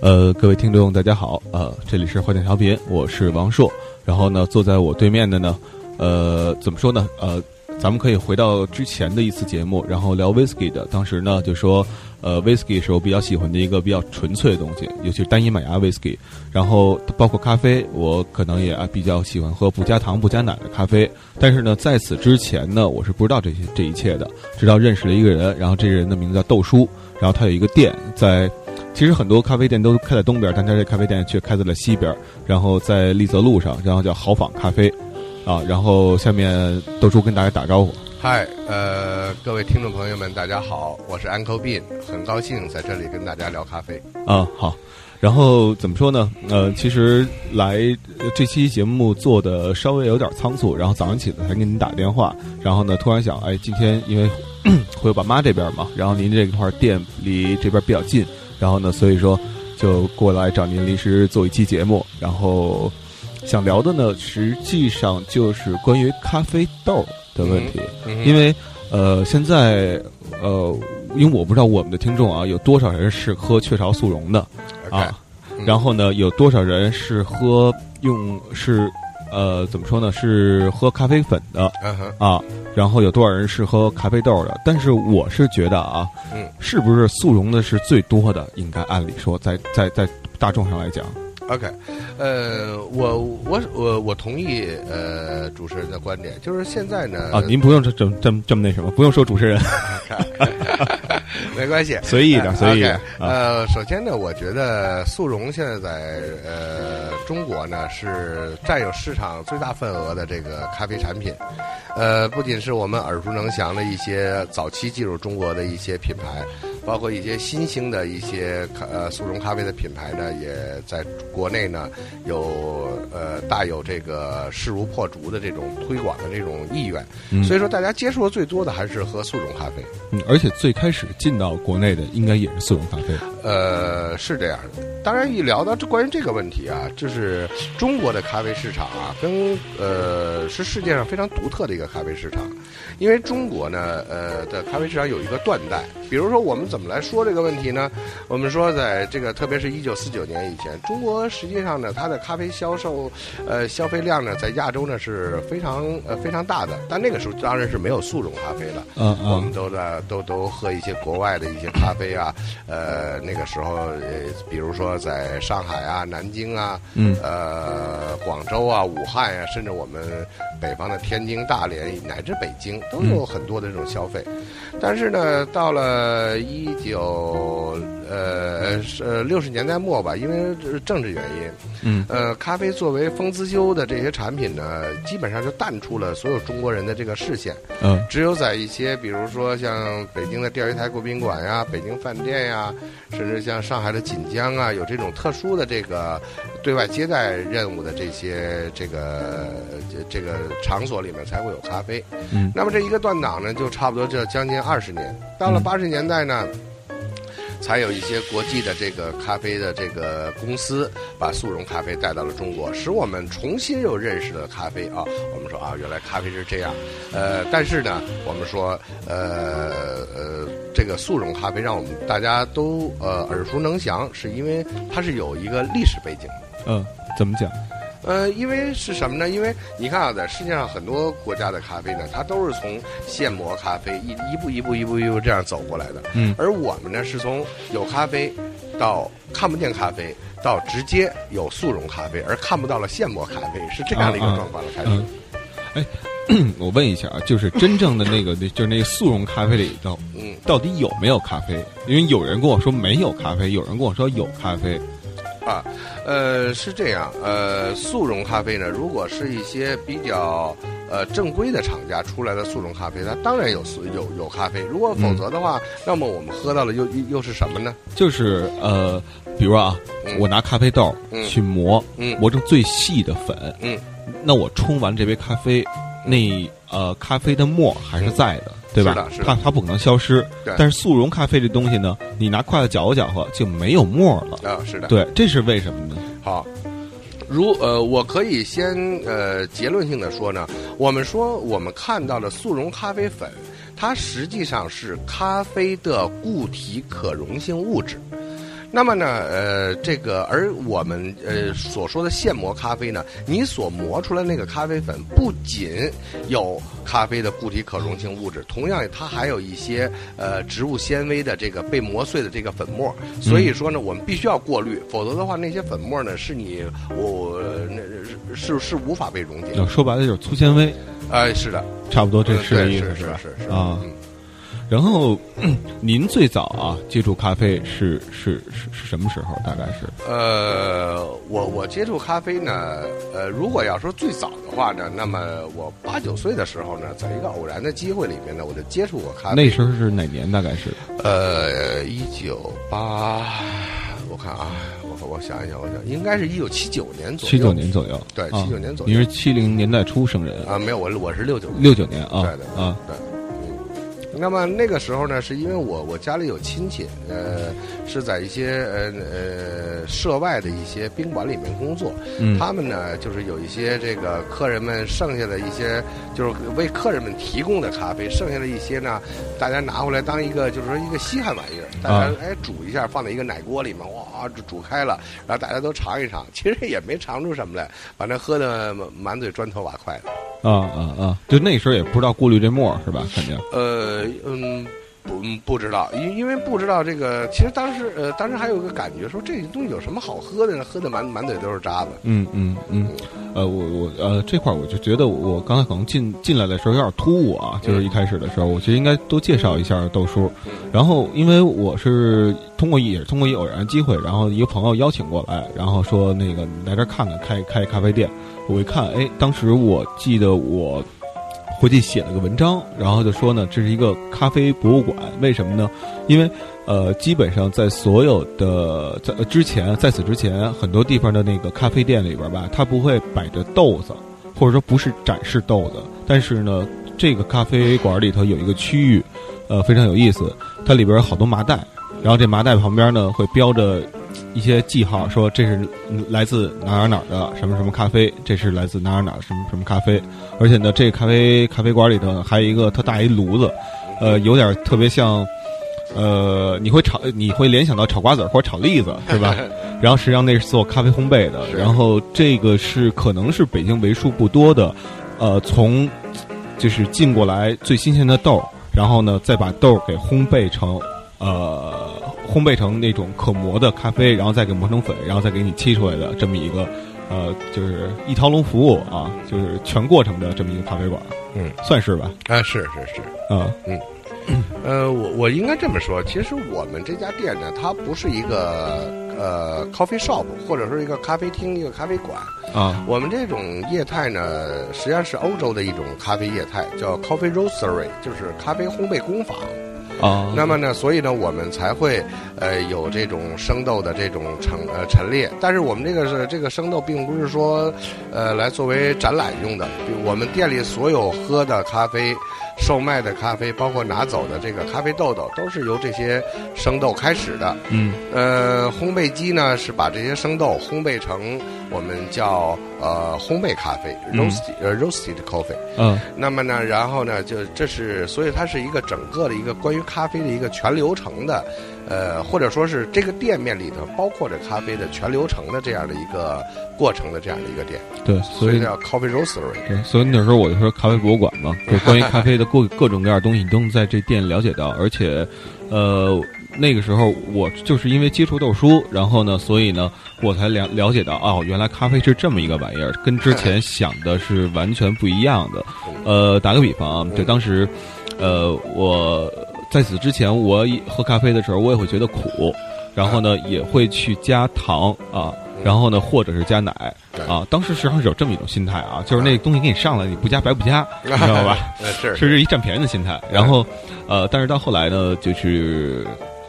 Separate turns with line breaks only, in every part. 呃，各位听众，大家好，呃，这里是坏蛋调频，我是王硕。然后呢，坐在我对面的呢，呃，怎么说呢？呃，咱们可以回到之前的一次节目，然后聊 whisky 的。当时呢，就说，呃，whisky 是我比较喜欢的一个比较纯粹的东西，尤其是单一麦芽 whisky。然后包括咖啡，我可能也啊比较喜欢喝不加糖、不加奶的咖啡。但是呢，在此之前呢，我是不知道这些这一切的，直到认识了一个人，然后这个人的名字叫豆叔，然后他有一个店在。其实很多咖啡店都开在东边，但他这咖啡店却开在了西边，然后在丽泽路上，然后叫豪坊咖啡，啊，然后下面豆叔跟大家打招呼。
嗨，呃，各位听众朋友们，大家好，我是 Uncle Bean，很高兴在这里跟大家聊咖啡。
啊，好。然后怎么说呢？呃，其实来呃这期节目做的稍微有点仓促，然后早上起来才给您打电话，然后呢，突然想，哎，今天因为 回我爸妈这边嘛，然后您这块儿店离这边比较近，然后呢，所以说就过来找您临时做一期节目，然后想聊的呢，实际上就是关于咖啡豆的问题。
嗯
因为呃，现在呃，因为我不知道我们的听众啊有多少人是喝雀巢速溶的啊
OK，嗯
然后呢，有多少人是喝用是呃怎么说呢是喝咖啡粉的
嗯哼，
啊，然后有多少人是喝咖啡豆的？但是我是觉得啊，
嗯
是不是速溶的是最多的？应该按理说，在在在大众上来讲，
OK，呃，我我我我同意呃主持人的观点，就是现在呢
啊，您不用这这这么这么那什么，不用说主持人，
没关系，
随意一点，
呃
随意一
OK，
点 啊，
呃，首先呢，我觉得速溶现在在呃中国呢是占有市场最大份额的这个咖啡产品，呃，不仅是我们耳熟能详的一些早期进入中国的一些品牌，包括一些新兴的一些咖呃速溶咖啡的品牌呢，也在国内呢有呃大有这个势如破竹的这种推广的这种意愿，
嗯
所以说大家接触的最多的还是喝速溶咖啡。
嗯而且最开始进到国内的应该也是速溶咖啡，
呃，是这样的。当然，一聊到这关于这个问题啊，就是中国的咖啡市场啊，跟呃是世界上非常独特的一个咖啡市场，因为中国呢，呃的咖啡市场有一个断代。比如说，我们怎么来说这个问题呢？我们说，在这个特别是一九四九年以前，中国实际上呢，它的咖啡销售，呃，消费量呢，在亚洲呢是非常呃非常大的。但那个时候当然是没有速溶咖啡了。
嗯
我
嗯
们都在都都喝一些国外的一些咖啡啊，呃，那个时候呃，比如说在上海啊、南京啊、
嗯
呃、广州啊、武汉啊，甚至我们北方的天津、大连乃至北京，都有很多的这种消费。但是呢，到了一九呃是六十年代末吧，因为这是政治原因，
嗯
呃，咖啡作为风姿修的这些产品呢，基本上就淡出了所有中国人的这个视线。
嗯
只有在一些，比如说像北京的钓鱼台国宾馆呀、北京饭店呀，甚至像上海的锦江啊，有这种特殊的这个对外接待任务的这些这个这这个场所里面才会有咖啡。
嗯
那么这一个断档呢，就差不多这将近二十年。到了
嗯
八十年代呢。才有一些国际的这个咖啡的这个公司把速溶咖啡带到了中国，使我们重新又认识了咖啡啊。我们说啊，原来咖啡是这样。呃，但是呢，我们说呃呃，这个速溶咖啡让我们大家都呃耳熟能详，是因为它是有一个历史背景的。
嗯，怎么讲？
呃，因为是什么呢？因为你看啊，在世界上很多国家的咖啡呢，它都是从现磨咖啡一一步一步一步一步这样走过来的。
嗯
而我们呢，是从有咖啡到看不见咖啡，到直接有速溶咖啡，而看不到了现磨咖啡，是这样的一个
啊啊
状况了。开始、
嗯，哎，我问一下啊，就是真正的那个，就是那个速溶咖啡里头，
嗯，
到底有没有咖啡？因为有人跟我说没有咖啡，有人跟我说有咖啡。
啊，呃，是这样，呃，速溶咖啡呢，如果是一些比较呃正规的厂家出来的速溶咖啡，它当然有速有有咖啡，如果否则的
嗯
话，那么我们喝到了又又又是什么呢？
就是呃，比如啊，
嗯
我拿咖啡豆
嗯
去磨，
嗯
磨成最细的粉，
嗯，
那我冲完这杯咖啡，那呃咖啡的沫还是在的。对吧
是的是？的
它它不可能消失
对，
但是速溶咖啡这东西呢，你拿筷子搅和搅和就没有沫了。
啊，是的，
对，这是为什么呢？
好。如呃，我可以先呃结论性的说呢，我们说我们看到的速溶咖啡粉，它实际上是咖啡的固体可溶性物质。那么呢，呃，这个而我们呃所说的现磨咖啡呢，你所磨出来那个咖啡粉不仅有咖啡的固体可溶性物质，同样它还有一些呃植物纤维的这个被磨碎的这个粉末。所以说呢，我们必须要过滤，否则的话那些粉末呢是你我那是是是无法被溶解的。
呃说白了就是粗纤维，
哎，是的，
差不多这是
呃
这
对
意思
是
吧？
是是
啊
嗯
然后嗯您最早啊接触咖啡是是是是什么时候？大概是
呃，我我接触咖啡呢，呃，如果要说最早的话呢，那么我八九岁的时候呢，在一个偶然的机会里面呢，我就接触过咖啡。
那时候是哪年？大概是
呃，一九八，我看啊，我我想一想，我想应该是一九七九年左右。
七九年左右，
对
啊
79年左右
您是七零年代初生人，
啊，没有，我我是六九
六九年啊
对对嗯
啊，
那么那个时候呢，是因为我我家里有亲戚，呃，是在一些呃呃涉外的一些宾馆里面工作，
嗯
他们呢就是有一些这个客人们剩下的一些，就是为客人们提供的咖啡，剩下的一些呢，大家拿回来当一个就是说一个稀罕玩意儿，大家、
啊
哎煮一下，放在一个奶锅里面，哇煮煮开了，然后大家都尝一尝，其实也没尝出什么来，反正喝的满嘴砖头瓦块的。
啊啊啊！就那时候也不知道过滤这沫儿是吧？肯定
呃，嗯，不嗯不知道，因因为不知道这个，其实当时呃，当时还有一个感觉，说这东西有什么好喝的呢？喝的满满嘴都是渣子。
嗯嗯嗯，呃，我我呃这块儿我就觉得我我刚才可能进进来的时候有点突兀啊，
嗯
就是一开始的时候，我觉得应该多介绍一下豆叔。然后因为我是通过一也是通过一偶然机会，然后一个朋友邀请过来，然后说那个你来这儿看看，开开咖啡店。我一看，哎，当时我记得我回去写了个文章，然后就说呢，这是一个咖啡博物馆，为什么呢？因为呃，基本上在所有的在呃之前，在此之前，很多地方的那个咖啡店里边吧，它不会摆着豆子，或者说不是展示豆子，但是呢，这个咖啡馆里头有一个区域，呃，非常有意思，它里边有好多麻袋，然后这麻袋旁边呢会标着一些记号，说这是嗯来自哪儿哪儿的什么什么咖啡，这是来自哪儿哪儿什么什么咖啡，而且呢，这个咖啡咖啡馆里头还有一个特大一炉子，呃，有点特别像。呃，你会炒，你会联想到炒瓜子儿或者炒栗子，是吧？然后实际上那是做咖啡烘焙的，
是
然后这个是可能是北京为数不多的，呃，从就是进过来最新鲜的豆儿，然后呢再把豆儿给烘焙成呃烘焙成那种可磨的咖啡，然后再给磨成粉，然后再给你沏出来的这么一个呃就是一条龙服务啊，就是全过程的这么一个咖啡馆，
嗯，
算是吧，
啊，是是是，
啊、
呃，我我应该这么说，其实我们这家店呢，它不是一个呃 coffee shop，或者说一个咖啡厅、一个咖啡馆。
啊，
我们这种业态呢，实际上是欧洲的一种咖啡业态，叫 coffee roastery，就是咖啡烘焙工坊。
啊，
那么呢，所以呢，我们才会呃有这种生豆的这种陈呃陈列。但是我们这个是这个生豆，并不是说呃来作为展览用的。比我们店里所有喝的咖啡、售卖的咖啡，包括拿走的这个咖啡豆豆，都是由这些生豆开始的。
嗯
呃，烘焙机呢是把这些生豆烘焙成我们叫呃烘焙咖啡
嗯
（roast、呃 roasted coffee）。
嗯
那么呢，然后呢，就这是，所以它是一个整个的一个关于咖啡的一个全流程的，呃，或者说是这个店面里头包括着咖啡的全流程的这样的一个过程的这样的一个店，
对，
所
所
以
以
叫 coffee roastery。
对，所以那时候我就说咖啡博物馆 嘛，就关于咖啡的各各种各样的东西，你都能在这店了解到。而且，呃，那个时候我就是因为接触豆叔，然后呢，所以呢，我才了了解到哦，原来咖啡是这么一个玩意儿，跟之前想的是完全不一样的。呃，打个比方啊，就当时，呃，我在此之前，我也喝咖啡的时候，我也会觉得苦，然后呢，也会去加糖啊，然后呢，或者是加奶
对
啊。当时实际上是有这么一种心态啊，就是那东西给你上来，你不加白不加， 你知道吧？
呃，是
是是一占便宜的心态。然后，呃，但是到后来呢，就是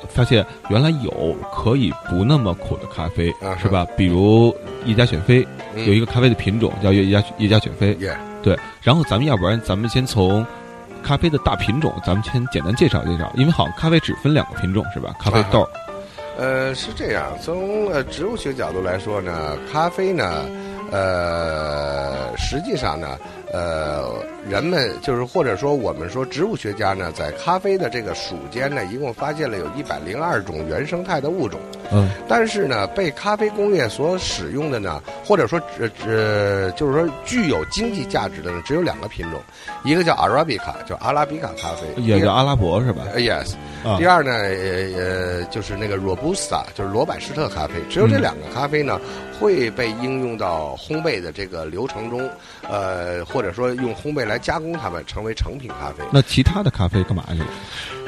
发现原来有可以不那么苦的咖啡
啊，
是吧？比如叶家选菲
嗯
有一个咖啡的品种叫叶家叶家选菲，
Yeah
对。然后咱们要不然咱们先从。咖啡的大品种，咱们先简单介绍介绍，因为好像咖啡只分两个品种是吧？咖
啊
啡豆，
呃，是这样，从呃植物学角度来说呢，咖啡呢，呃，实际上呢，呃，人们就是或者说我们说植物学家呢，在咖啡的这个属间呢，一共发现了有一百零二种原生态的物种，
嗯
但是呢，被咖啡工业所使用的呢，或者说呃呃，就是说具有经济价值的呢，只有两个品种，一个叫 Arabica，叫阿拉比卡咖啡，
也叫阿拉伯是吧？
呃 Yes，、
啊
第二呢，呃呃，就是那个 Robusta，就是罗百斯特咖啡。只有这两个咖啡呢，会被应用到烘焙的这个流程中，呃，或者说用烘焙来加工它们，成为成品咖啡。
那其他的咖啡干嘛去了？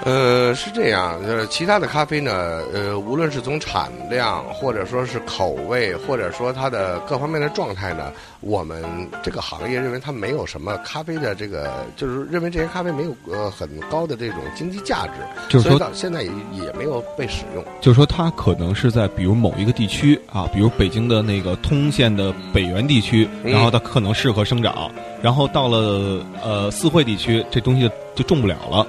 呃，是这样，呃，其他的咖啡呢，呃，无论是从产量，或者说是口味，或者说它的各方面的状态呢，我们这个行业认为它没有什么咖啡的这个，就是认为这些咖啡没有呃很高的这种经济价值。
就是
所以
说，
到现在也也没有被使用。
就是说，它可能是在比如某一个地区啊，比如北京的那个通县的北园地区，
嗯
然后它可能适合生长，然后到了呃四惠地区，这东西就种不了了。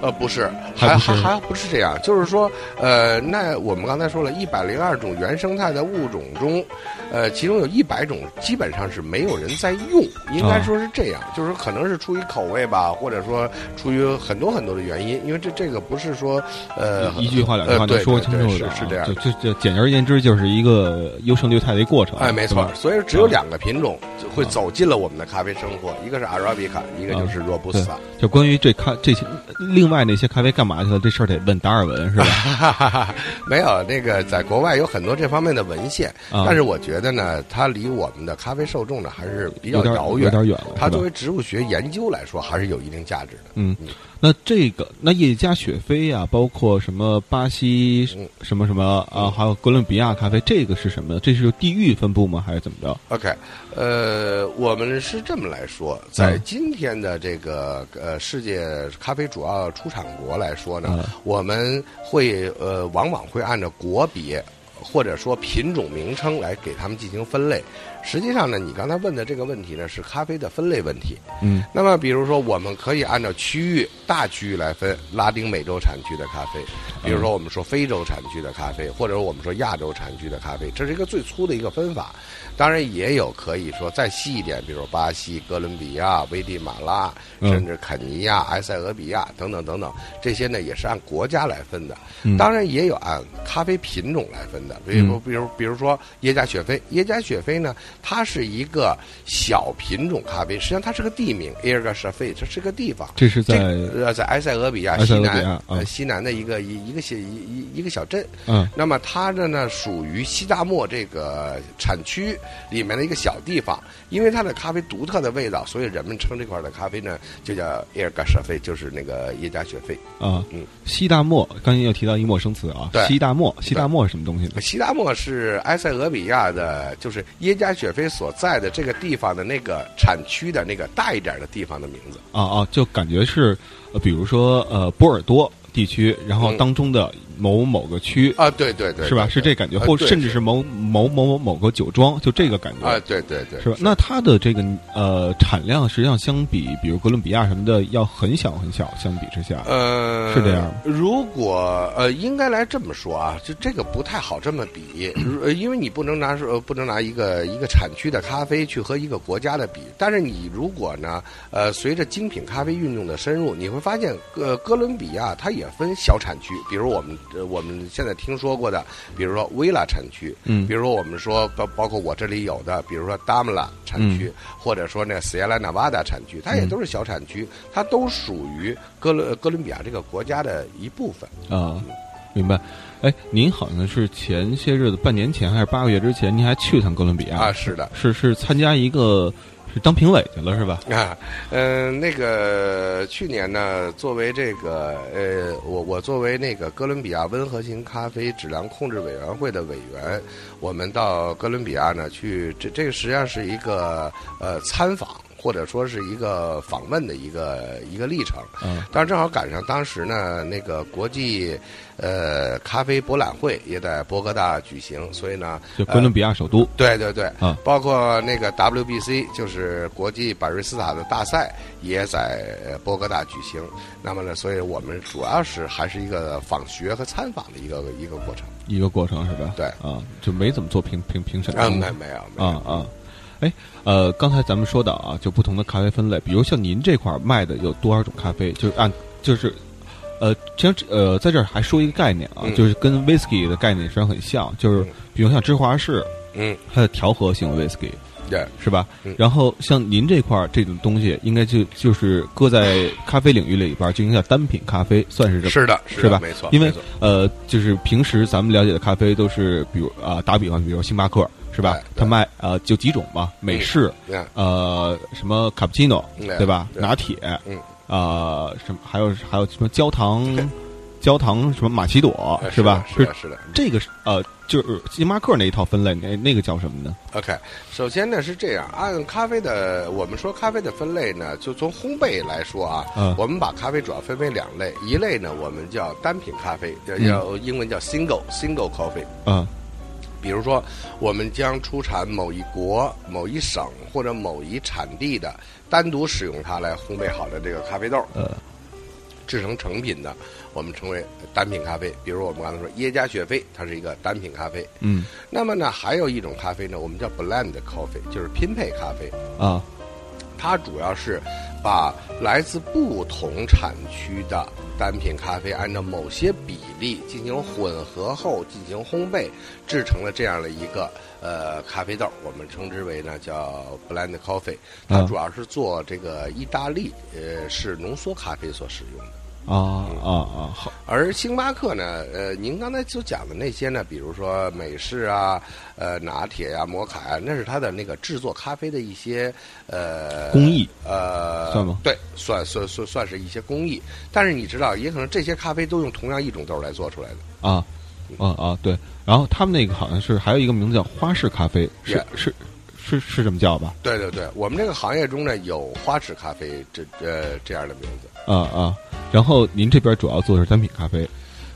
呃，不是，
还
还
不是
还还不是这样，就是说，呃，那我们刚才说了一百零二种原生态的物种中，呃，其中有一百种基本上是没有人在用，应该
啊
说是这样，就是可能是出于口味吧，或者说出于很多很多的原因，因为这这个不是说，呃，
一句话两句话能
呃对
说
对
清
对
楚
是
的啊，
是这样
就就就简而言之，就是一个优胜劣汰的一个过程。啊
哎，没错
对，吧，
所以只有
啊
两个品种就会
啊
走进了我们的咖啡生活，一个是阿拉比卡，一个
啊
就是罗布斯塔。
就关于这咖这些另外那些咖啡干嘛去了这事儿得问达尔文是吧？
哈哈哈，没有那个，在国外有很多这方面的文献，
啊，
哎但是我觉得呢，它离我们的咖啡受众呢还是比
有
较
点
遥
有
远。
点远了。
它
是吧
作为植物学研究来说，还是有一定价值的。
嗯，那这个那叶加雪菲啊，包括什么巴西
嗯
什么什么啊，
嗯
还有哥伦比亚咖啡，这个是什么呢？这是地域分布吗？还是怎么着？
OK，呃，我们是这么来说，在今天的这个呃世界咖啡主要出产国来说呢，
啊
我们会呃往往会按照国别或者说品种名称来给它们进行分类。实际上呢，你刚才问的这个问题呢是咖啡的分类问题。
嗯
那么，比如说，我们可以按照区域大区域来分，拉丁美洲产区的咖啡，比如说我们说非洲产区的咖啡，或者我们说亚洲产区的咖啡，这是一个最粗的一个分法。当然，也有可以说再细一点，比如说巴西、哥伦比亚、危地马拉，
嗯
甚至肯尼亚、埃塞俄比亚等等等等，这些呢也是按国家来分的。
嗯
当然也有按咖啡品种来分的，比如比如比如说耶加雪菲，耶加雪菲呢，它是一个小品种咖啡，实际上它是个地名 a r g a s h a f i 这是个地方。
这是
这
在
个呃，在埃塞俄比亚
埃塞
西
俄比亚
南
啊
呃西南的一个一一个小一一一个小镇，
嗯
那么它的呢属于西大漠这个产区里面的一个小地方，因为它的咖啡独特的味道，所以人们称这块的咖啡呢就叫 a r g a s h a f i 就是那个耶加雪菲。
啊
嗯，
西大漠，刚才又提到一个陌生词啊，
对
西大漠，西大漠是什么东西呢？
西达莫是埃塞俄比亚的，就是耶加雪菲所在的这个地方的那个产区的那个大一点的地方的名字。
啊啊，就感觉是，呃比如说呃波尔多地区，然后
嗯
当中的某某个区。
啊，对对对，
是吧？
对
是这感觉，
呃
或
对
甚至是某某某某某个酒庄，就这个感觉
啊，对对对，
是吧？那它的这个呃产量，实际上相比比如哥伦比亚什么的，要很小很小，相比之下，
呃，
是这样吗
如果呃，应该来这么说啊，就这个不太好这么比，如呃因为你不能拿呃不能拿一个一个产区的咖啡去和一个国家的比。但是你如果呢，呃，随着精品咖啡运动的深入，你会发现，呃，哥伦比亚它也分小产区，比如我们、呃、我们现在听说过的，比如说维拉产区，
嗯
比如说我们说包包括我这里有的，比如说达姆拉产区，或者说那个斯亚拉纳瓦达产区，它也
嗯
都是小产区，它都属于哥伦哥伦比亚这个国家的一部分。
啊，明白。哎，您好像是前些日子，半年前还是八个月之前，您还去一趟哥伦比亚
啊是的
是是参加一个是当评委去了是吧？
啊，嗯、那个去年呢，作为这个呃，我我作为那个哥伦比亚温和型咖啡质量控制委员会的委员，我们到哥伦比亚呢去，这这个实际上是一个呃参访或者说是一个访问的一个一个历程。
啊，
但是正好赶上当时呢，那个国际呃咖啡博览会也在波哥大举行，所以呢，
就哥伦比亚首都。
对对对，
啊
包括那个 WBC 就是国际百瑞斯塔的大赛也在呃波哥大举行。那么呢，所以我们主要是还是一个访学和参访的一个一个过程。
一个过程是吧？
对
啊，就没怎么做评评评审
嗯啊，没没有没有
啊啊。哎，呃，刚才咱们说到啊，就不同的咖啡分类，比如像您这块儿卖的有多少种咖啡？就是按就是，呃，其实呃，在这儿还说一个概念啊，
嗯
就是跟 whisky 的概念实际上很像，就是
嗯
比如像芝华士，
嗯，
它的调和型 whisky
对，
是吧？
嗯
然后像您这块儿这种东西，应该就就是搁在咖啡领域里边儿，就应该叫单品咖啡，算是这么
是的，
嗯是
的
吧
没错，
因为
没错
呃，就是平时咱们了解的咖啡都是，比如啊、打比方，比如星巴克是吧
对？哎对
它卖呃就几种嘛，美式、
嗯
呃什么卡布奇诺
嗯
对吧？
对
拿铁，
嗯，
呃什么还有还有什么焦糖焦糖什么玛奇朵
呃
是吧？
是的，是的。
这个是呃就是星巴克那一套分类，那那个叫什么呢？
OK，首先呢是这样，按咖啡的，我们说咖啡的分类呢，就从烘焙来说啊，
嗯
我们把咖啡主要分为两类，一类呢我们叫单品咖啡，叫
嗯
叫英文叫 single single coffee。
啊
比如说，我们将出产某一国、某一省或者某一产地的，单独使用它来烘焙好的这个咖啡豆，
呃
制成成品的，我们称为单品咖啡。比如我们刚才说耶加雪菲，它是一个单品咖啡。
嗯
那么呢，还有一种咖啡呢，我们叫 blend coffee，就是拼配咖啡。
啊
它主要是把来自不同产区的单品咖啡按照某些比例进行混合后进行烘焙，制成了这样的一个呃咖啡豆，我们称之为呢叫 blend coffee。它
嗯
主要是做这个意大利呃是浓缩咖啡所使用的。
啊啊啊好
而星巴克呢，呃，您刚才所讲的那些呢，比如说美式啊，呃，拿铁啊，摩卡啊，那是它的那个制作咖啡的一些呃
工艺
呃，
算吗
对，算算算算是一些工艺，但是你知道，也可能这些咖啡都用同样一种豆来做出来的。
啊啊啊对，然后他们那个好像是还有一个名字叫花式咖啡，是
Yeah
是是是这么叫吧？
对对对，我们这个行业中呢，有花式咖啡这呃这样的名字。
啊啊，然后您这边主要做的是单品咖啡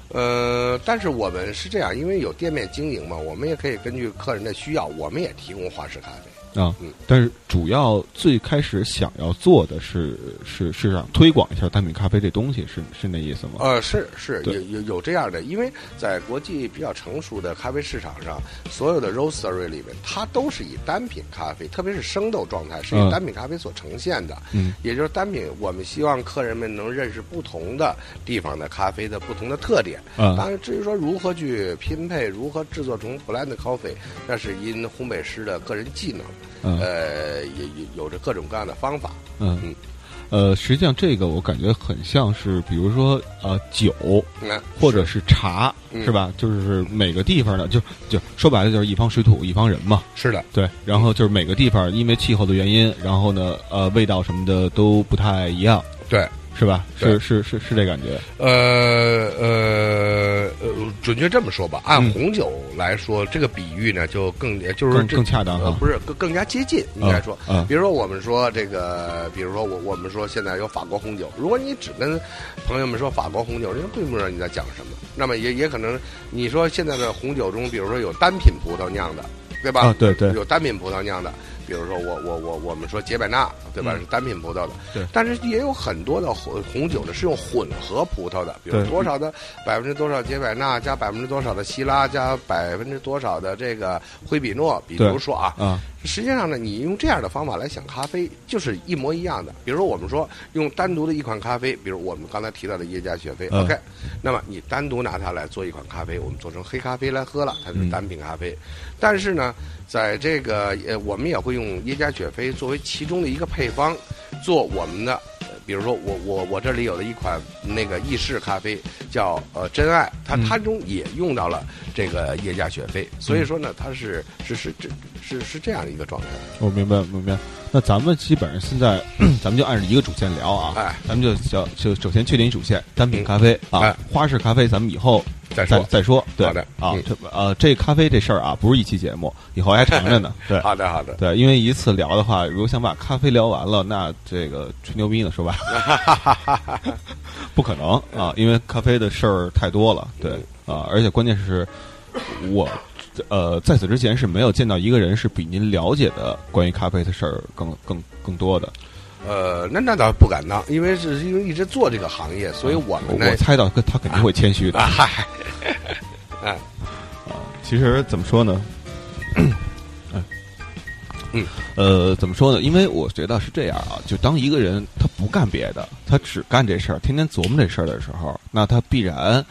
呃，但是我们是这样，因为有店面经营嘛，我们也可以根据客人的需要，我们也提供花式咖啡。
啊
嗯，
但是主要最开始想要做的是是是让推广一下单品咖啡这东西，是是那意思吗？
呃，是是有
对
有有这样的，因为在国际比较成熟的咖啡市场上，所有的 roastery 里面，它都是以单品咖啡，特别是生豆状态，是
嗯
以单品咖啡所呈现的。
嗯，
也就是单品，我们希望客人们能认识不同的地方的咖啡的不同的特点。
啊
当然，至于说如何去拼配，如何制作成 blend coffee，那是因烘焙师的个人技能，
嗯
呃，也也有着各种各样的方法。
嗯，呃，实际上这个我感觉很像是，比如说呃酒
那
或者是茶，
嗯
是吧？就是每个地方的，就就说白了就是一方水土一方人嘛。
是的，
对，然后就是每个地方因为气候的原因，然后呢，呃，味道什么的都不太一样，
对。
是吧？
对
是是是是这感觉。
呃呃，呃，准确这么说吧，按
嗯
红酒来说，这个比喻呢就更就是
更
这
更恰当
呃
哈
不是更更加接近，应该说。
嗯嗯
比如说，我们说这个，比如说我我们说现在有法国红酒，如果你只跟朋友们说法国红酒，人家并不知道你在讲什么。那么也也可能你说现在的红酒中，比如说有单品葡萄酿的，对吧？嗯
啊，对对，
有单品葡萄酿的，比如说我我我我们说杰百纳，对吧？
嗯
是单品葡萄的，
对
但是也有很多的红红酒呢是用混合葡萄的，比如
对
多少的百分之多少杰百纳加百分之多少的希拉加百分之多少的这个灰比诺，比如
对
说啊，
啊，
实际上呢，你用这样的方法来想咖啡，就是一模一样的。比如说，我们说用单独的一款咖啡，比如我们刚才提到的耶加雪菲、
嗯
o k 那么你单独拿它来做一款咖啡，我们做成黑咖啡来喝了，它是
嗯
单品咖啡。但是呢，在这个呃，我们也会用耶加雪菲作为其中的一个配方，做我们的。呃比如说我我我这里有的一款那个意式咖啡叫呃真爱，它
嗯
它中也用到了这个耶加雪菲，所以说呢，它是是是这是是这样的一个状态。
我明白明白。那咱们基本上现在，咱们就按照一个主线聊啊，
哎，
咱们就小就首先确定一主线，单品咖啡啊
哎，
花式咖啡，咱们以后
再
再
说。
再说。对
好的
啊
嗯，
这呃这咖啡这事儿啊，不是一期节目，以后还长着 呢。对，
好的，好的，
对，因为一次聊的话，如果想把咖啡聊完了，那这个吹牛逼呢，说白了，不可能啊，因为咖啡的事儿太多了，对啊，而且关键是，我呃在此之前是没有见到一个人是比您了解的关于咖啡的事儿更更更多的，
呃，那那倒不敢当，因为是因为一直做这个行业，所以我
我
们呢
啊我，猜到他肯定会谦虚的
哎
啊
啊， 嗨，
其实怎么说呢？哎
嗯，
呃，怎么说呢？因为我觉得是这样啊，就当一个人他不干别的，他只干这事儿，天天琢磨这事儿的时候，那他必然。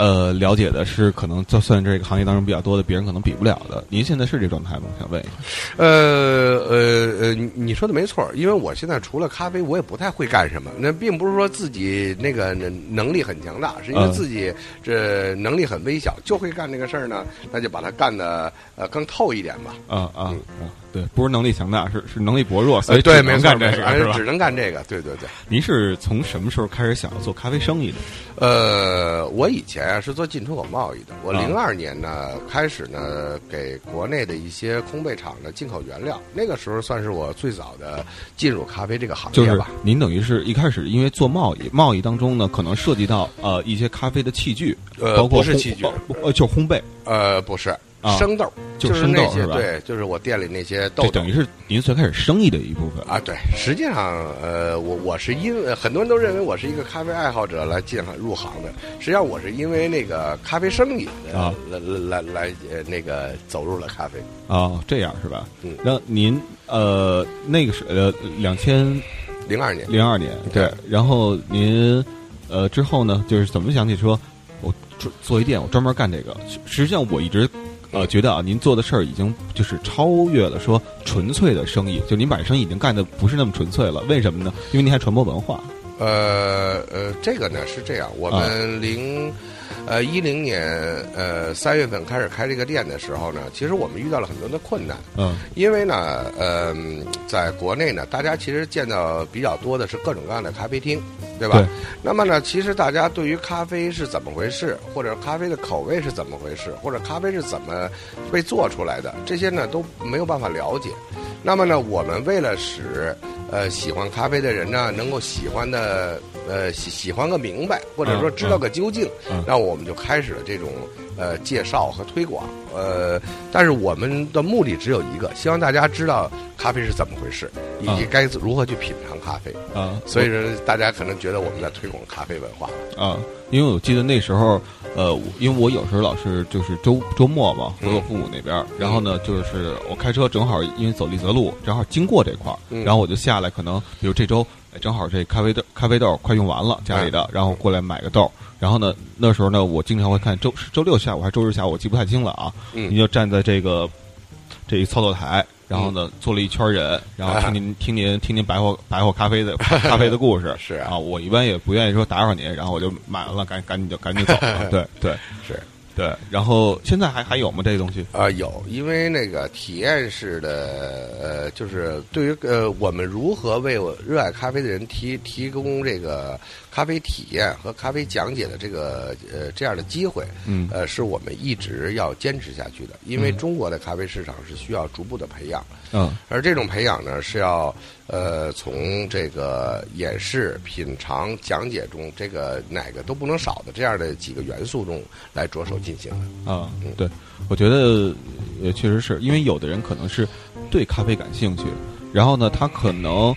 呃，了解的是可能就算这个行业当中比较多的，别人可能比不了的。您现在是这状态吗？我想问一下。
呃呃呃，你你说的没错儿，因为我现在除了咖啡，我也不太会干什么。那并不是说自己那个能能力很强大，是因为
嗯
自己这能力很微小，就会干这个事儿呢，那就把它干的呃更透一点吧。
啊啊啊！对，不是能力强大，是是能力薄弱，所以
嗯呃对，
哎只
没
能
错
干
儿，
这
没
个
错
是
儿，
吧
只？能干这个。对对对，
您是从什么时候开始想要做咖啡生意的？
呃，我以前啊是做进出口贸易的，我
啊
零二年呢开始呢给国内的一些烘焙厂呢进口原料，那个时候算是我最早的进入咖啡这个行
就
业
是
吧。
您等于是一开始因为做贸易，贸易当中呢可能涉及到呃一些咖啡的器具，
呃
包括
不是
烘
器具
包呃就烘焙，
呃，不是，
啊
生豆儿，
就是生豆
那些
是吧
对，就是我店里那些豆
这
豆
等于是您最开始生意的一部分。
啊，对，实际上，呃，我我是因为很多人都认为我是一个咖啡爱好者来进行入行的，实际上我是因为那个咖啡生意呃
啊
来来来来呃那个走入了咖啡。
哦，这样是吧？
嗯
那您呃那个是呃两千
零二年，
零二年
对，
然后您呃之后呢，就是怎么想起说我做做一店，我专门干这个？实实际上我一直呃觉得啊，您做的事儿已经就是超越了说纯粹的生意，就您把生意已经干的不是那么纯粹了。为什么呢？因为您还传播文化。
呃呃，这个呢是这样，我
啊
们零。呃，一零年，呃，三月份开始开这个店的时候呢，其实我们遇到了很多的困难。
嗯
因为呢，呃，在国内呢，大家其实见到比较多的是各种各样的咖啡厅，对吧？
对
那么呢，其实大家对于咖啡是怎么回事，或者咖啡的口味是怎么回事，或者咖啡是怎么被做出来的，这些呢都没有办法了解。那么呢，我们为了使呃喜欢咖啡的人呢能够喜欢的呃喜喜欢个明白，或者说
嗯
知道个究竟，
嗯
那我们就开始了这种呃介绍和推广。呃，但是我们的目的只有一个，希望大家知道咖啡是怎么回事，以及
嗯
该如何去品尝咖啡。
啊，
所以说，大家可能觉得我们在推广咖啡文化。
啊，因为我记得那时候，呃，我因为我有时候老是就是周周末嘛，回
嗯
我父母那边儿，然后呢，就是我开车正好因为走丽泽路，正好经过这块儿，
嗯
然后我就下来，可能比如这周哎正好这咖啡豆咖啡豆快用完
嗯
了家里的，然后过来买个豆儿，然后呢那时候呢，我经常会看周是周六下午还是周日下午，我记不太清了啊，
嗯
您就站在这个这一操作台。然后
嗯
呢，坐了一圈人，然
啊
后听您、听您听您白话白话咖啡 的咖啡的故事，
是啊
啊，我一般也不愿意说打扰您，然后我就买完了，赶赶紧就赶紧 走了。对对
是
对，然后现在还还有吗？这东西？
啊、有，因为那个体验式的，呃，就是对于呃，我们如何为我热爱咖啡的人提提供这个咖啡体验和咖啡讲解的这个呃这样的机会，
嗯
呃，是我们一直要坚持下去的。因为中国的咖啡市场是需要逐步的培养，
嗯
而这种培养呢，是要呃从这个演示、品尝、讲解中，这个哪个都不能少的这样的几个元素中来着手进行的。
啊，对，我觉得也确实是因为有的人可能是对咖啡感兴趣，然后呢，他可能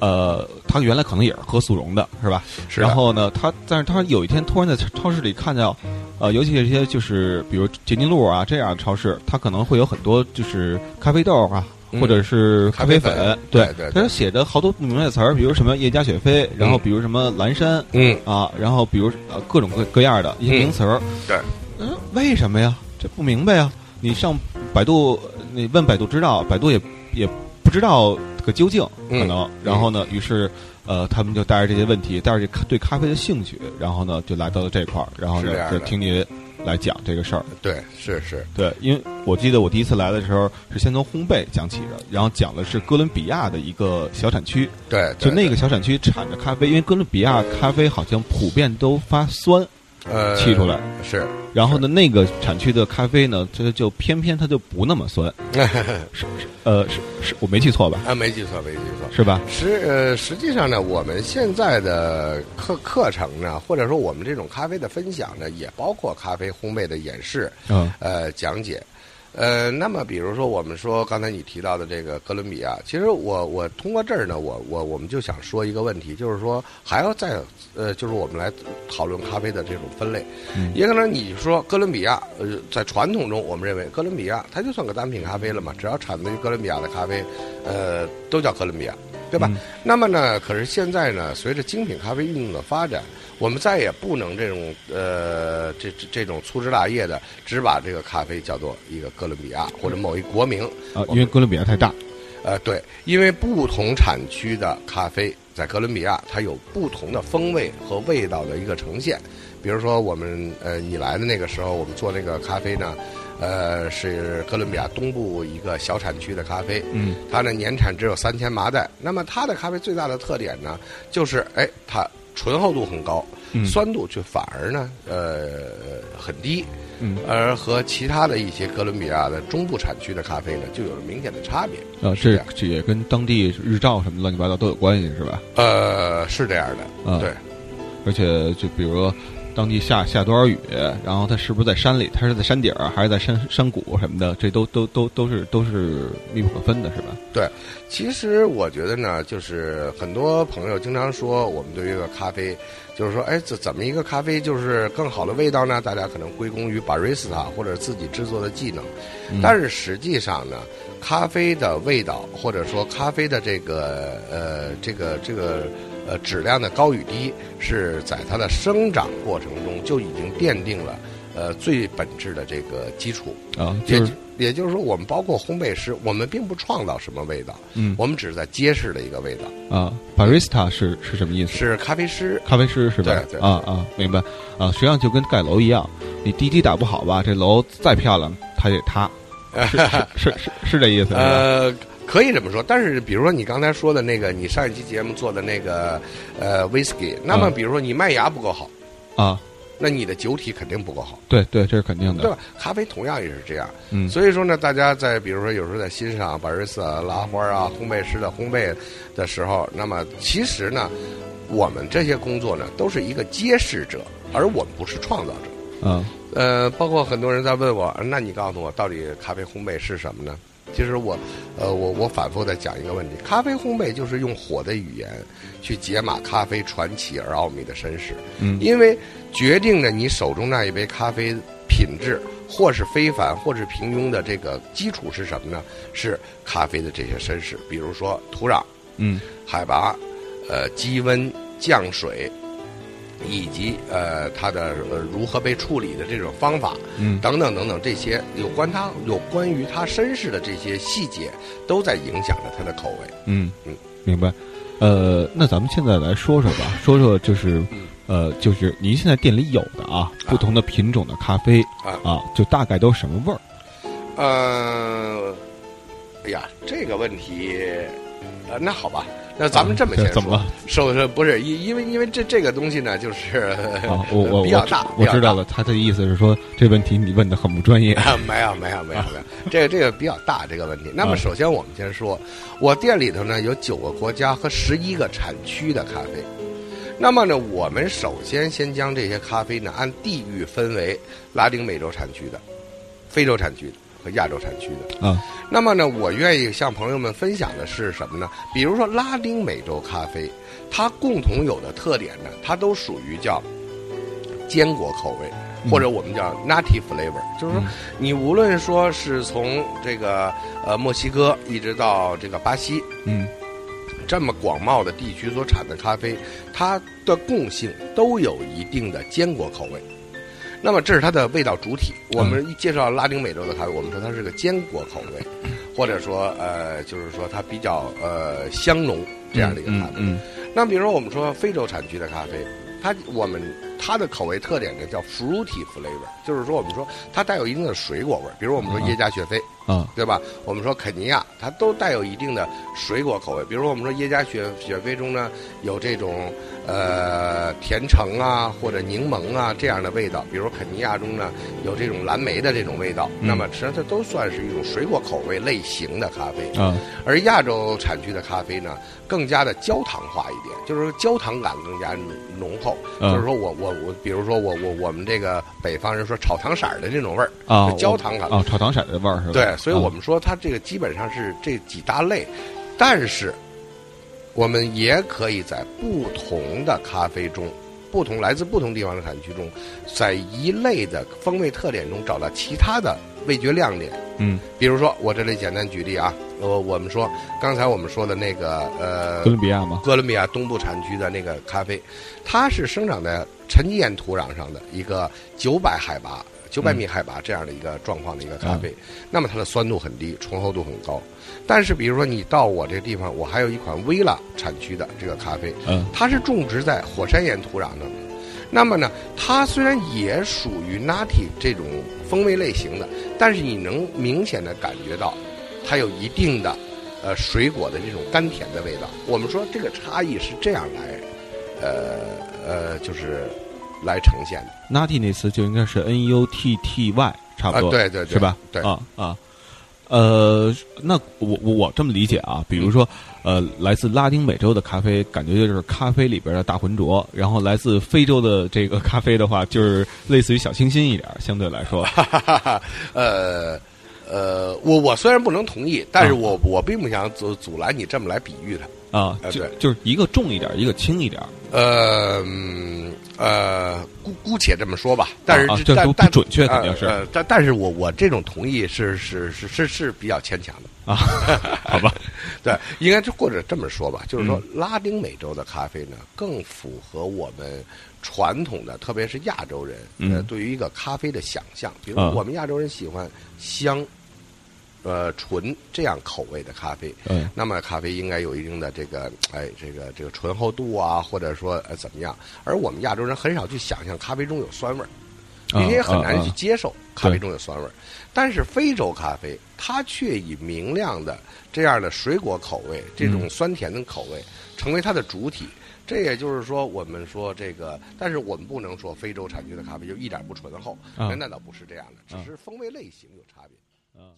呃，他原来可能也是喝速溶的，是吧？
是的
然后呢，他但是他有一天突然在超市里看到，呃，尤其是一些就是比如捷金路啊这样的超市，它可能会有很多就是咖啡豆啊。
嗯
或者是咖啡粉，
咖啡粉
对
对对
它写的好多不明白的词儿，比如什么叶加雪菲，然后
嗯
比如什么蓝山
嗯，
啊，然后比如呃各种各各样的一些名词儿，
对，
嗯，为什么呀？这不明白呀！你上百度，你问百度知道，百度也也不知道个究竟，
嗯
可能。然后呢，于是呃，他们就带着这些问题，带着这咖对咖啡的兴趣，然后呢，就来到了这块儿，然后
是这
呢，
样
就
的
听您来讲这个事儿。
对，是是，
对，因为我记得我第一次来的时候是先从烘焙讲起的，然后讲的是哥伦比亚的一个小产区，
对，
就
对
那个小产区产的咖啡，因为哥伦比亚咖啡好像普遍都发酸，
呃
气出来
是，
然后呢，那个产区的咖啡呢，它就偏偏它就不那么 酸，是是呃是是我没记错吧？
啊，没记错，没记错。
是吧？
实呃，实际上呢，我们现在的课课程呢，或者说我们这种咖啡的分享呢，也包括咖啡烘焙的演示，
嗯
呃讲解。呃，那么比如说我们说刚才你提到的这个哥伦比亚，其实我我通过这儿呢，我我我们就想说一个问题，就是说还要再呃，就是我们来讨论咖啡的这种分类，
嗯
也可能你说哥伦比亚，呃，在传统中我们认为哥伦比亚它就算个单品咖啡了嘛，只要产自于哥伦比亚的咖啡，呃，都叫哥伦比亚，对吧？
嗯
那么呢，可是现在呢，随着精品咖啡运动的发展，我们再也不能这种呃这这这种粗枝大叶的，只把这个咖啡叫做一个哥伦比亚或者某一国名。
啊，因为哥伦比亚太大，
呃，对，因为不同产区的咖啡在哥伦比亚，它有不同的风味和味道的一个呈现。比如说，我们呃你来的那个时候，我们做那个咖啡呢，呃是哥伦比亚东部一个小产区的咖啡，
嗯，
它呢年产只有三千麻袋。那么它的咖啡最大的特点呢，就是哎它醇厚度很高，
嗯
酸度却反而呢呃很低，
嗯，
而和其他的一些哥伦比亚的中部产区的咖啡呢就有了明显的差别。
啊，
是
这
这样
这也跟当地日照什么乱七八糟都有关系，是吧？
呃，是这样的，
啊，
对，
而且就比如说当地下下多少雨，然后它是不是在山里，它是在山顶儿啊还是在山山谷什么的，这都都都都是都是密不可分的，是吧？
其实我觉得呢，就是很多朋友经常说，我们对于一个咖啡，就是说，哎，怎怎么一个咖啡就是更好的味道呢？大家可能归功于 barista 或者自己制作的技能，
嗯
但是实际上呢，咖啡的味道或者说咖啡的这个呃这个这个呃质量的高与低，是在它的生长过程中就已经奠定了呃最本质的这个基础。
啊，
也
就是
也就是说，我们包括烘焙师，我们并不创造什么味道，
嗯
我们只是在揭示了一个味道，
啊，barista 是是什么意思？
是咖啡师。
咖啡师是吧？
对对
啊啊，明白啊，实际上就跟盖楼一样，你地基打不好吧，这楼再漂亮它也塌，是是是是是这意思是吧？
呃，可以这么说，但是比如说你刚才说的那个，你上一期节目做的那个呃 whisky，那么
嗯
比如说你麦芽不够好，
啊，
那你的酒体肯定不够好，
对对，这是肯定
对
的，
吧？咖啡同样也是这样。
嗯
所以说呢，大家在比如说有时候在欣赏巴瑞斯啊、拉花啊、烘焙师的烘焙的时候，那么其实呢，我们这些工作呢都是一个揭示者，而我们不是创造者。
啊
呃，包括很多人在问我，呃那你告诉我到底咖啡烘焙是什么呢？其实我，呃，我我反复在讲一个问题：咖啡烘焙就是用火的语言去解码咖啡传奇而奥秘的身世，
嗯
因为决定着你手中那一杯咖啡品质，或是非凡，或是平庸的这个基础是什么呢？是咖啡的这些身世，比如说土壤、
嗯
海拔、呃积温、降水，以及呃它的、呃、如何被处理的这种方法
嗯
等等等等这些有关它有关于它身世的这些细节，都在影响着它的口味。
嗯
嗯，
明白。呃，那咱们现在来说说吧，说说就是，呃，就是您现在店里有的啊，不同的品种的咖啡
啊
就大概都什么味儿？
呃，哎呀，这个问题，呃，那好吧，那咱们这么
对
先
啊
说。
怎么了？
首先不是因因为因为这这个东西呢，就是、
啊，我我我
比较
知
大
我
比较
知道
大
了，他的意思是说这问题你问的很不专业。
啊， 没有没有没有没有，这个这个比较大这个问题。那
啊
么首先我们先说，我店里头呢有九个国家和十一个产区的咖啡。那么呢，我们首先先将这些咖啡呢按地域分为拉丁美洲产区的、非洲产区的和亚洲产区的。
啊，
那么呢，我愿意向朋友们分享的是什么呢？比如说拉丁美洲咖啡，它共同有的特点呢，它都属于叫坚果口味。或者我们叫 native flavor，就是说
嗯
你无论说是从这个呃墨西哥一直到这个巴西
嗯
这么广袤的地区所产的咖啡，它的共性都有一定的坚果口味。那么这是它的味道主体。
嗯
我们一介绍拉丁美洲的咖啡，我们说它是个坚果口味，或者说呃，就是说它比较呃香浓这样的一个咖啡。
嗯
那比如说我们说非洲产区的咖啡，它我们它的口味特点呢叫 fruity flavor，就是说我们说它带有一定的水果味儿，比如我们说
啊
耶加雪菲，
嗯啊
对吧？我们说肯尼亚，它都带有一定的水果口味，比如说我们说耶加雪雪菲中呢有这种呃甜橙啊或者柠檬啊这样的味道，比如肯尼亚中呢有这种蓝莓的这种味道，
嗯
那么实际上它都算是一种水果口味类型的咖啡。
啊，
而亚洲产区的咖啡呢，更加的焦糖化一点，就是说焦糖感更加浓厚。
嗯
就是说我我我，比如说我我我们这个北方人说炒糖色儿的这种味儿，
啊，
就焦
我
糖感。
啊，炒糖色的味儿是吧？
对，所以
啊
我们说它这个基本上是这几大类，但是我们也可以在不同的咖啡中。不同来自不同地方的产区中，在一类的风味特点中找到其他的味觉亮点，
嗯，
比如说，我这里简单举例啊，我我们说刚才我们说的那个呃
哥，伦比亚嘛，
哥伦比亚东部产区的那个咖啡，它是生长在沉积岩土壤上的一个九百海拔、九百米海拔这样的一个状况的一个咖啡。那么它的酸度很低，醇厚度很高。但是比如说你到我这个地方，我还有一款威拉产区的这个咖啡，
嗯
它是种植在火山岩土壤上的。那么呢，它虽然也属于 nati 这种风味类型的，但是你能明显的感觉到，它有一定的呃水果的这种甘甜的味道。我们说这个差异是这样来，呃呃，就是来呈现的
，Nutty 那次就应该是 N U T T Y 差
啊
不，多，
对对对，
是吧？
对，
啊啊，呃，那我我我这么理解啊，比如说，呃，来自拉丁美洲的咖啡，感觉就是咖啡里边的大浑浊；然后来自非洲的这个咖啡的话，就是类似于小清新一点儿，相对来说，
呃。呃，我我虽然不能同意，但是
啊
我我并不想阻阻拦你这么来比喻它。
啊
呃，
就
对
就是一个重一点儿，一个轻一点儿，
呃嗯呃，姑姑且这么说吧，但是、
啊
这
这
但
都
但
不准确肯定是
呃呃但但是我我这种同意是是是是是比较牵强的，
啊 好吧？嗯
对，应该就或者这么说吧，就是说、拉丁美洲的咖啡呢更符合我们传统的，特别是亚洲人、呃
嗯
对于一个咖啡的想象，比如
啊
我们亚洲人喜欢香。呃，醇这样口味的咖啡，
嗯
那么咖啡应该有一定的这个，哎，这个这个醇厚度啊，或者说呃怎么样？而我们亚洲人很少去想象咖啡中有酸味儿，
啊
并且也很难
啊
去
啊
接受咖啡中有酸味儿。但是非洲咖啡，它却以明亮的这样的水果口味，这
嗯
种酸甜的口味、成为它的主体。这也就是说，我们说这个，但是我们不能说非洲产区的咖啡就一点不醇厚，
啊
那那倒不是这样的，
啊
只是风味类型有差别。
嗯